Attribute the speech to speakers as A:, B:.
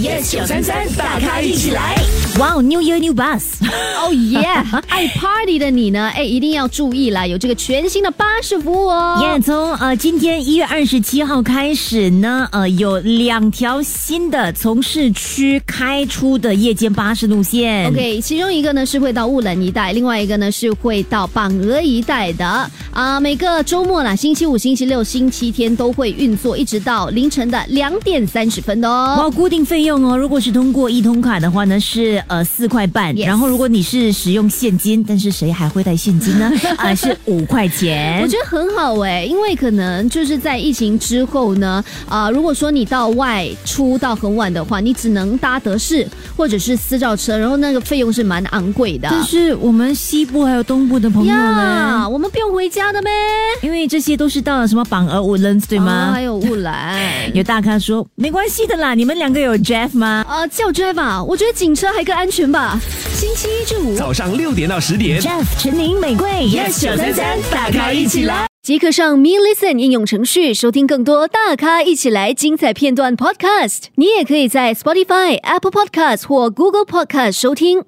A: yes 九三三，大咖一起来。
B: 哇哦，New Year New Bus，
C: 哦耶！爱 party 的你呢？哎，一定要注意啦，有这个全新的巴士服务哦。
B: 耶！从呃今天一月二十七号开始呢，呃有两条新的从市区开出的夜间巴士路线。
C: OK，其中一个呢是会到雾冷一带，另外一个呢是会到榜鹅一带的啊、每个周末啦，星期五、星期六、星期天都会运作，一直到凌晨的两点三十分的哦。
B: 哇，固定费用哦。如果是通过一通卡的话呢，是呃四块半
C: Yes
B: 然后如果你是使用现金，但是谁还会带现金 呢？啊、是五块钱。
C: 我觉得很好哎、因为可能就是在疫情之后呢，啊、如果说你到外出到很晚的话，你只能搭德士或者是私照车，然后那个费用是蛮昂贵的。
B: 但是我们西部还有东部的朋友呢
C: 呀，我们不用回家的咩？
B: 因为这些都是到了什么榜鹅 Woodlands 对
C: 哦
B: 吗？
C: 还有雾兰。
B: 有大咖说没关系的啦，你们两个有 Jeff 吗？
C: 呃，叫 drive 啊，我觉得警车还更安全吧。星期一至五，
A: 早上六点到十点
B: Jeff、陈宁、玫瑰
A: Yes 933大咖一起来。
C: 即刻上 Me Listen 应用程序收听更多大咖一起来精彩片段 Podcast。你也可以在 Spotify、Apple Podcast 或 Google Podcast 收听。